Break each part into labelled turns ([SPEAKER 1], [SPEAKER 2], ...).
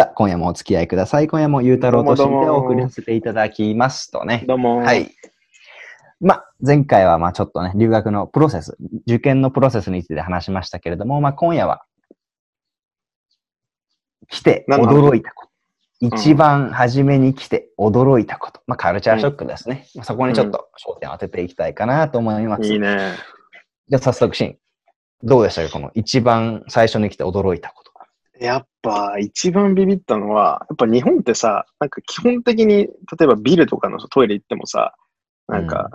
[SPEAKER 1] さあ、今夜もお付き合いください。今夜もゆうたろうとしんでお送りさせていただきますとね。
[SPEAKER 2] どうも。
[SPEAKER 1] は。い。まあ、前回はまあちょっとね、留学のプロセス、受験のプロセスについて話しましたけれども、まあ今夜は、来て
[SPEAKER 2] 何の話
[SPEAKER 1] 驚いたこと。
[SPEAKER 2] ん
[SPEAKER 1] 一番初めに来て驚いたこと。まあカルチャーショックですね。まあそこにちょっと焦点を当てていきたいかなと思います。
[SPEAKER 2] いいね。
[SPEAKER 1] じゃあ早速、シーン。どうでしたかこの一番最初に来て驚いたこと。
[SPEAKER 2] やっぱ一番ビビったのは、やっぱ日本ってさ、なんか基本的に、例えばビルとかのトイレ行ってもさ、なんか、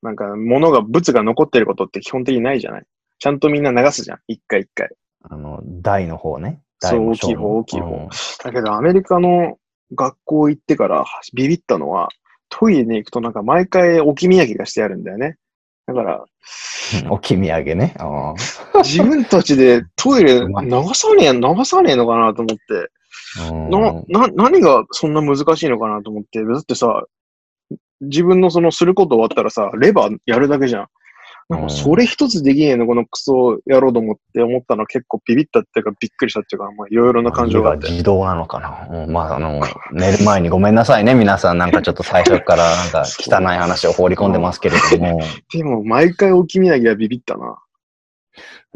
[SPEAKER 2] なんか物が、物が残ってることって基本的にないじゃないちゃんとみんな流すじゃん。一回一回。
[SPEAKER 1] あの、台の方ね。
[SPEAKER 2] そう
[SPEAKER 1] 台の小
[SPEAKER 2] 大きい方
[SPEAKER 1] の
[SPEAKER 2] 大きい方
[SPEAKER 1] うん
[SPEAKER 2] だけどアメリカの学校行ってからビビったのは、トイレに行くとなんか毎回置き土産がしてあるんだよね。だから、
[SPEAKER 1] お気見上げね。あ
[SPEAKER 2] 自分たちでトイレ流さねえ、流さねえのかなと思って。
[SPEAKER 1] ー
[SPEAKER 2] な、な、何がそんな難しいのかなと思って、だってさ、自分のそのすること終わったらさ、レバーやるだけじゃん。なん
[SPEAKER 1] うん
[SPEAKER 2] かそれ一つできねえの、このクソやろうと思って思ったのは結構ビビったっていうかびっくりしたっていうか、まあいろいろな感情があって。
[SPEAKER 1] 自動なのかな、うんまあ、あの、寝る前にごめんなさいね、皆さん。なんかちょっと最初からなん か汚い話を放り込んでますけれども、
[SPEAKER 2] でも毎回置き土産はビビったな。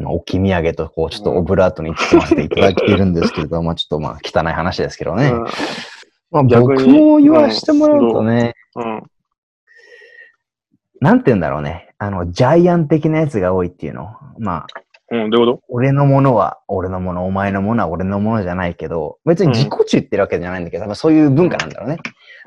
[SPEAKER 1] まあ、お気見上げと、こう、ちょっとオブラートに包ませていただいているんですけれども、ちょっとまあ、汚い話ですけどね。まあ、
[SPEAKER 2] 逆に
[SPEAKER 1] 僕も言わしてもらうとね、
[SPEAKER 2] うん。うん。
[SPEAKER 1] なんて言うんだろうね。あの、ジャイアン的なやつが多いっていうの。まあ、
[SPEAKER 2] うん、どういうこ
[SPEAKER 1] 俺のものは俺のもの、お前のものは俺のものじゃないけど、別に自己中言ってるわけじゃないんだけど、多分そういう文化なんだろうね。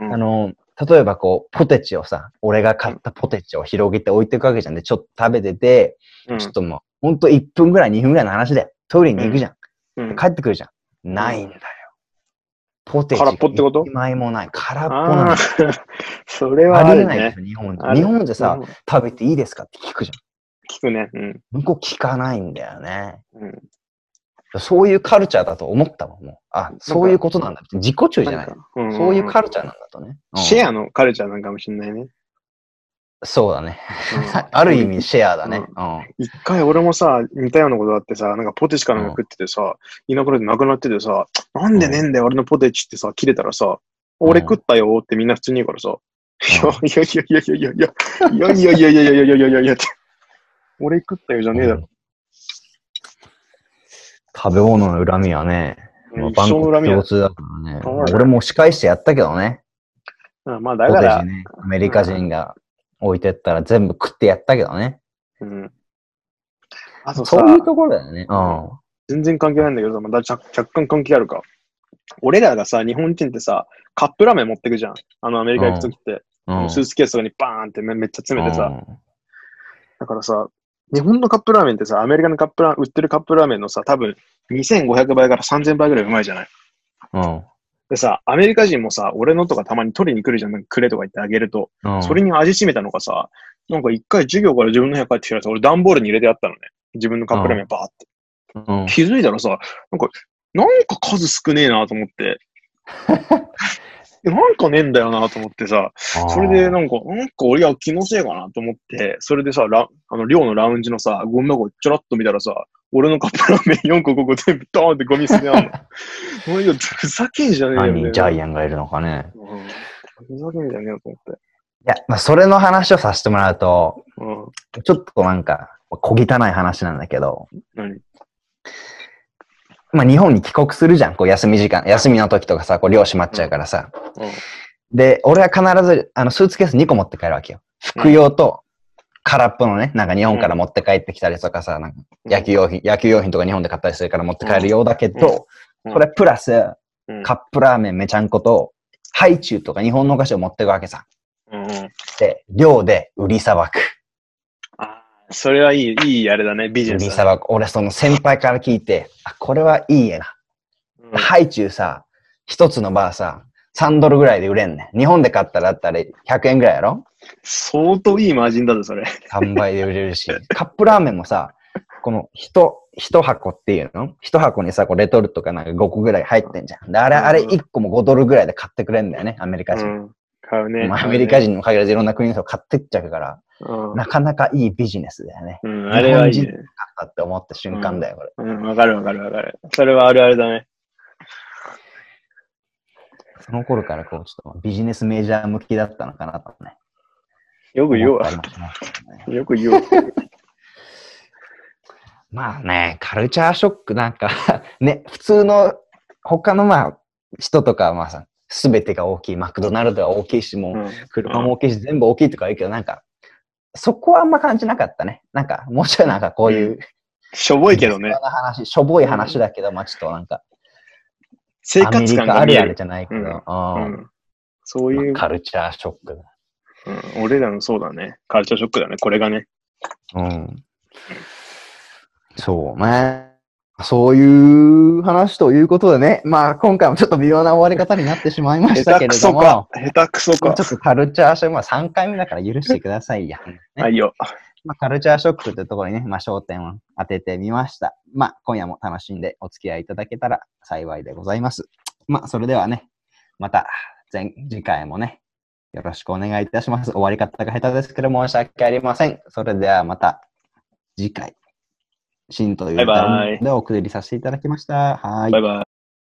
[SPEAKER 2] うん
[SPEAKER 1] あの、例えばこう、ポテチをさ、俺が買ったポテチを広げて置いていくわけじゃんで、ちょっと食べてて、
[SPEAKER 2] とうん
[SPEAKER 1] ちょっともう、ほんと1分ぐらい、2分ぐらいの話で、トイレに行くじゃん。
[SPEAKER 2] うん。
[SPEAKER 1] 帰ってくるじゃん。ないんだよ。ポテチ。
[SPEAKER 2] 空っぽってこと
[SPEAKER 1] 一枚もない。空っぽな
[SPEAKER 2] あ
[SPEAKER 1] の
[SPEAKER 2] あ。、 それは
[SPEAKER 1] あ
[SPEAKER 2] あ
[SPEAKER 1] りえ
[SPEAKER 2] る
[SPEAKER 1] ない
[SPEAKER 2] ね
[SPEAKER 1] で。しょ日本じ
[SPEAKER 2] あ
[SPEAKER 1] ゃ。
[SPEAKER 2] る
[SPEAKER 1] 日本じゃさ
[SPEAKER 2] う、ん
[SPEAKER 1] 食べていいですかって聞くじ
[SPEAKER 2] 聞くね。うん。
[SPEAKER 1] ゃん。向こう聞かないんだよね。
[SPEAKER 2] うん
[SPEAKER 1] そういうカルチャーだと思ったもん、もう。あ、そういうことなんだ。自己中じゃない。
[SPEAKER 2] ん
[SPEAKER 1] そういうカルチャーなんだとね。うん
[SPEAKER 2] シェアのカルチャーなんかもしんないね。
[SPEAKER 1] そうだね。
[SPEAKER 2] うん
[SPEAKER 1] ある意味シェアだね。
[SPEAKER 2] うん
[SPEAKER 1] うん
[SPEAKER 2] 一回俺もさ、似たようなことあってさ、なんかポテチかなんか食っててさ、いなくなってなくなっててさ、なんでねえんだよ、俺のポテチってさ、切れたらさ、俺食ったよってみんな普通に言うからさ、いやいやいやいやいやいや、いやいやいやいやいやいやいやいやいやって、俺食ったよじゃねえだろ。
[SPEAKER 1] 食べ物の恨みはね、まあ
[SPEAKER 2] 一生の恨
[SPEAKER 1] 万
[SPEAKER 2] み
[SPEAKER 1] 国
[SPEAKER 2] や
[SPEAKER 1] 共。通だからね
[SPEAKER 2] そうだ。ね
[SPEAKER 1] 俺も仕返してやったけどね。
[SPEAKER 2] うんまあ
[SPEAKER 1] ポ
[SPEAKER 2] だ
[SPEAKER 1] テ
[SPEAKER 2] から
[SPEAKER 1] チ、ね、アメリカ人が置いてったら全部食ってやったけどね。
[SPEAKER 2] うん。あとさ
[SPEAKER 1] そういうところだよね。うん。
[SPEAKER 2] 全然関係ないんだけどさ、まだ若若干関係あるか。俺らがさ、日本人ってさ、カップラーメン持ってくじゃん。あの、アメリカ行くときって、
[SPEAKER 1] うん。
[SPEAKER 2] スーツケースとかにバーンってめめっちゃ詰めてさ、
[SPEAKER 1] うん
[SPEAKER 2] だからさ、日本のカップラーメンってさ、アメリカのカップラー売ってるカップラーメンのさ、多分2500倍から3000倍ぐらいうまいじゃない。
[SPEAKER 1] うん。
[SPEAKER 2] でさ、アメリカ人もさ、俺のとかたまに取りに来るじゃん、なんかくれとか言ってあげると、
[SPEAKER 1] うん
[SPEAKER 2] それに味しめたのかさ、なんか一回授業から自分の部屋帰ってきたらさ、俺段ボールに入れてあったのね。自分のカップラーメンバーって。
[SPEAKER 1] うん
[SPEAKER 2] 気づいたらさ、なんか、なんか数少ねえなと 思って。でなんかねえんだよなと思ってさ、それでなんか、なんか俺は気のせいかなと思って、それでさ、ラあの寮のラウンジのさ、ゴミ箱ちょろっと見たらさ、俺のカップラーメン4個5個全部ドーンってゴミ捨 てあんの。もういいよふざけんじゃねえよ、
[SPEAKER 1] 何
[SPEAKER 2] ね。
[SPEAKER 1] ジャイアンがいるのかね。
[SPEAKER 2] うんふざけんじゃねえよと
[SPEAKER 1] いや、まあ、それの話をさせてもらうと、
[SPEAKER 2] 思って。
[SPEAKER 1] ちょっとなんか、小汚い話なんだけど、
[SPEAKER 2] うん。何
[SPEAKER 1] まあ日本に帰国するじゃん、こう休み時間、休みの時とかさ、こう漁閉まっちゃうからさ。で、俺は必ず、あの、スーツケース2個持って帰るわけよ。服用と、空っぽのね、なんか日本から持って帰ってきたりとかさ、なんか野球用品、野球用品とか日本で買ったりするから持って帰るようだけど、
[SPEAKER 2] うん
[SPEAKER 1] それプラス、
[SPEAKER 2] うん
[SPEAKER 1] カップラーメンめちゃんこと、ハイチュウとか日本のお菓子を持ってくわけさ。
[SPEAKER 2] うんうん。
[SPEAKER 1] で、量で売りさばく。
[SPEAKER 2] あーそれはいい、いいあれだね、ビジ
[SPEAKER 1] 売
[SPEAKER 2] ネ
[SPEAKER 1] り
[SPEAKER 2] ス
[SPEAKER 1] さ
[SPEAKER 2] だね。
[SPEAKER 1] ばく。俺その先輩から聞いて、あ、これはいいやな。
[SPEAKER 2] うん
[SPEAKER 1] ハイチュウさ、一つのバーさ、3ドルぐらいで売れんねん。日本で買ったらだったら100円ぐらいやろ
[SPEAKER 2] 相当いいマージンだぞ、それ。
[SPEAKER 1] ?3 倍で売れる し。カップラーメンもさ、この一、一箱っていうの一箱にさ、こうレトルトかなんか5個ぐらい入ってんじゃん。であれ、
[SPEAKER 2] うん
[SPEAKER 1] あれ1個も5ドルぐらいで買ってくれんだよね、アメリカ
[SPEAKER 2] う
[SPEAKER 1] 人。
[SPEAKER 2] ん。買うね。
[SPEAKER 1] まあアメリカ
[SPEAKER 2] 人。
[SPEAKER 1] 人にも限らずいろんな国の人が買ってっちゃうから、
[SPEAKER 2] うん
[SPEAKER 1] なかなかいいビジネスだよね。
[SPEAKER 2] うん、あれはいいね。
[SPEAKER 1] 買ったって思った瞬間だよ、これ。
[SPEAKER 2] うん、わかるわかるわかる。それはあるあるだね。
[SPEAKER 1] その頃からこう、ちょっとビジネスメジャー向きだったのかなとね。
[SPEAKER 2] よく言う
[SPEAKER 1] 思っ
[SPEAKER 2] わ
[SPEAKER 1] た。りもしますけどね
[SPEAKER 2] よく言うわ。
[SPEAKER 1] まあね、カルチャーショックなんか、 ね、普通の他のまあ人とかはまあさ、すべてが大きい、マクドナルドは大きいし、もう車も大きいし、全部大きいとか言うけど、なんか、そこはあんま感じなかったね。なんか、もうちょいなんかこういう、
[SPEAKER 2] しょぼいけどね
[SPEAKER 1] そ。んな話、しょぼい話だけど、まあちょっとなんか、
[SPEAKER 2] 生
[SPEAKER 1] アメ
[SPEAKER 2] 活
[SPEAKER 1] リ
[SPEAKER 2] 感
[SPEAKER 1] カ
[SPEAKER 2] が
[SPEAKER 1] あ
[SPEAKER 2] 見
[SPEAKER 1] る
[SPEAKER 2] え
[SPEAKER 1] ある
[SPEAKER 2] る。
[SPEAKER 1] じゃないけ
[SPEAKER 2] う
[SPEAKER 1] ど、
[SPEAKER 2] ん
[SPEAKER 1] うん
[SPEAKER 2] うんそういう
[SPEAKER 1] まあ、カルチャーショックだ。
[SPEAKER 2] うん俺らのそうだね。カルチャーショックだね。これがね。
[SPEAKER 1] うん。そうね。そういう話ということでね、まあ今回もちょっと微妙な終わり方になってしまいました
[SPEAKER 2] 下手
[SPEAKER 1] け
[SPEAKER 2] く
[SPEAKER 1] れど
[SPEAKER 2] そ
[SPEAKER 1] も、
[SPEAKER 2] か。下手くそ
[SPEAKER 1] ちょ
[SPEAKER 2] か
[SPEAKER 1] っ。とカルチャーショック、まあ3回目だから許してくださいや。ね
[SPEAKER 2] はいよ。
[SPEAKER 1] まあ、カルチャーショックというところにね、まあ焦点を当ててみました。まあ今夜も楽しんでお付き合いいただけたら幸いでございます。まあそれではね、また前次回もね、よろしくお願いいたします。終わり方が下手ですけど申し訳ありません。それではまた次回、シンという歌
[SPEAKER 2] バイバイ
[SPEAKER 1] でお送りさせていただきました。はい
[SPEAKER 2] バイ。バイ。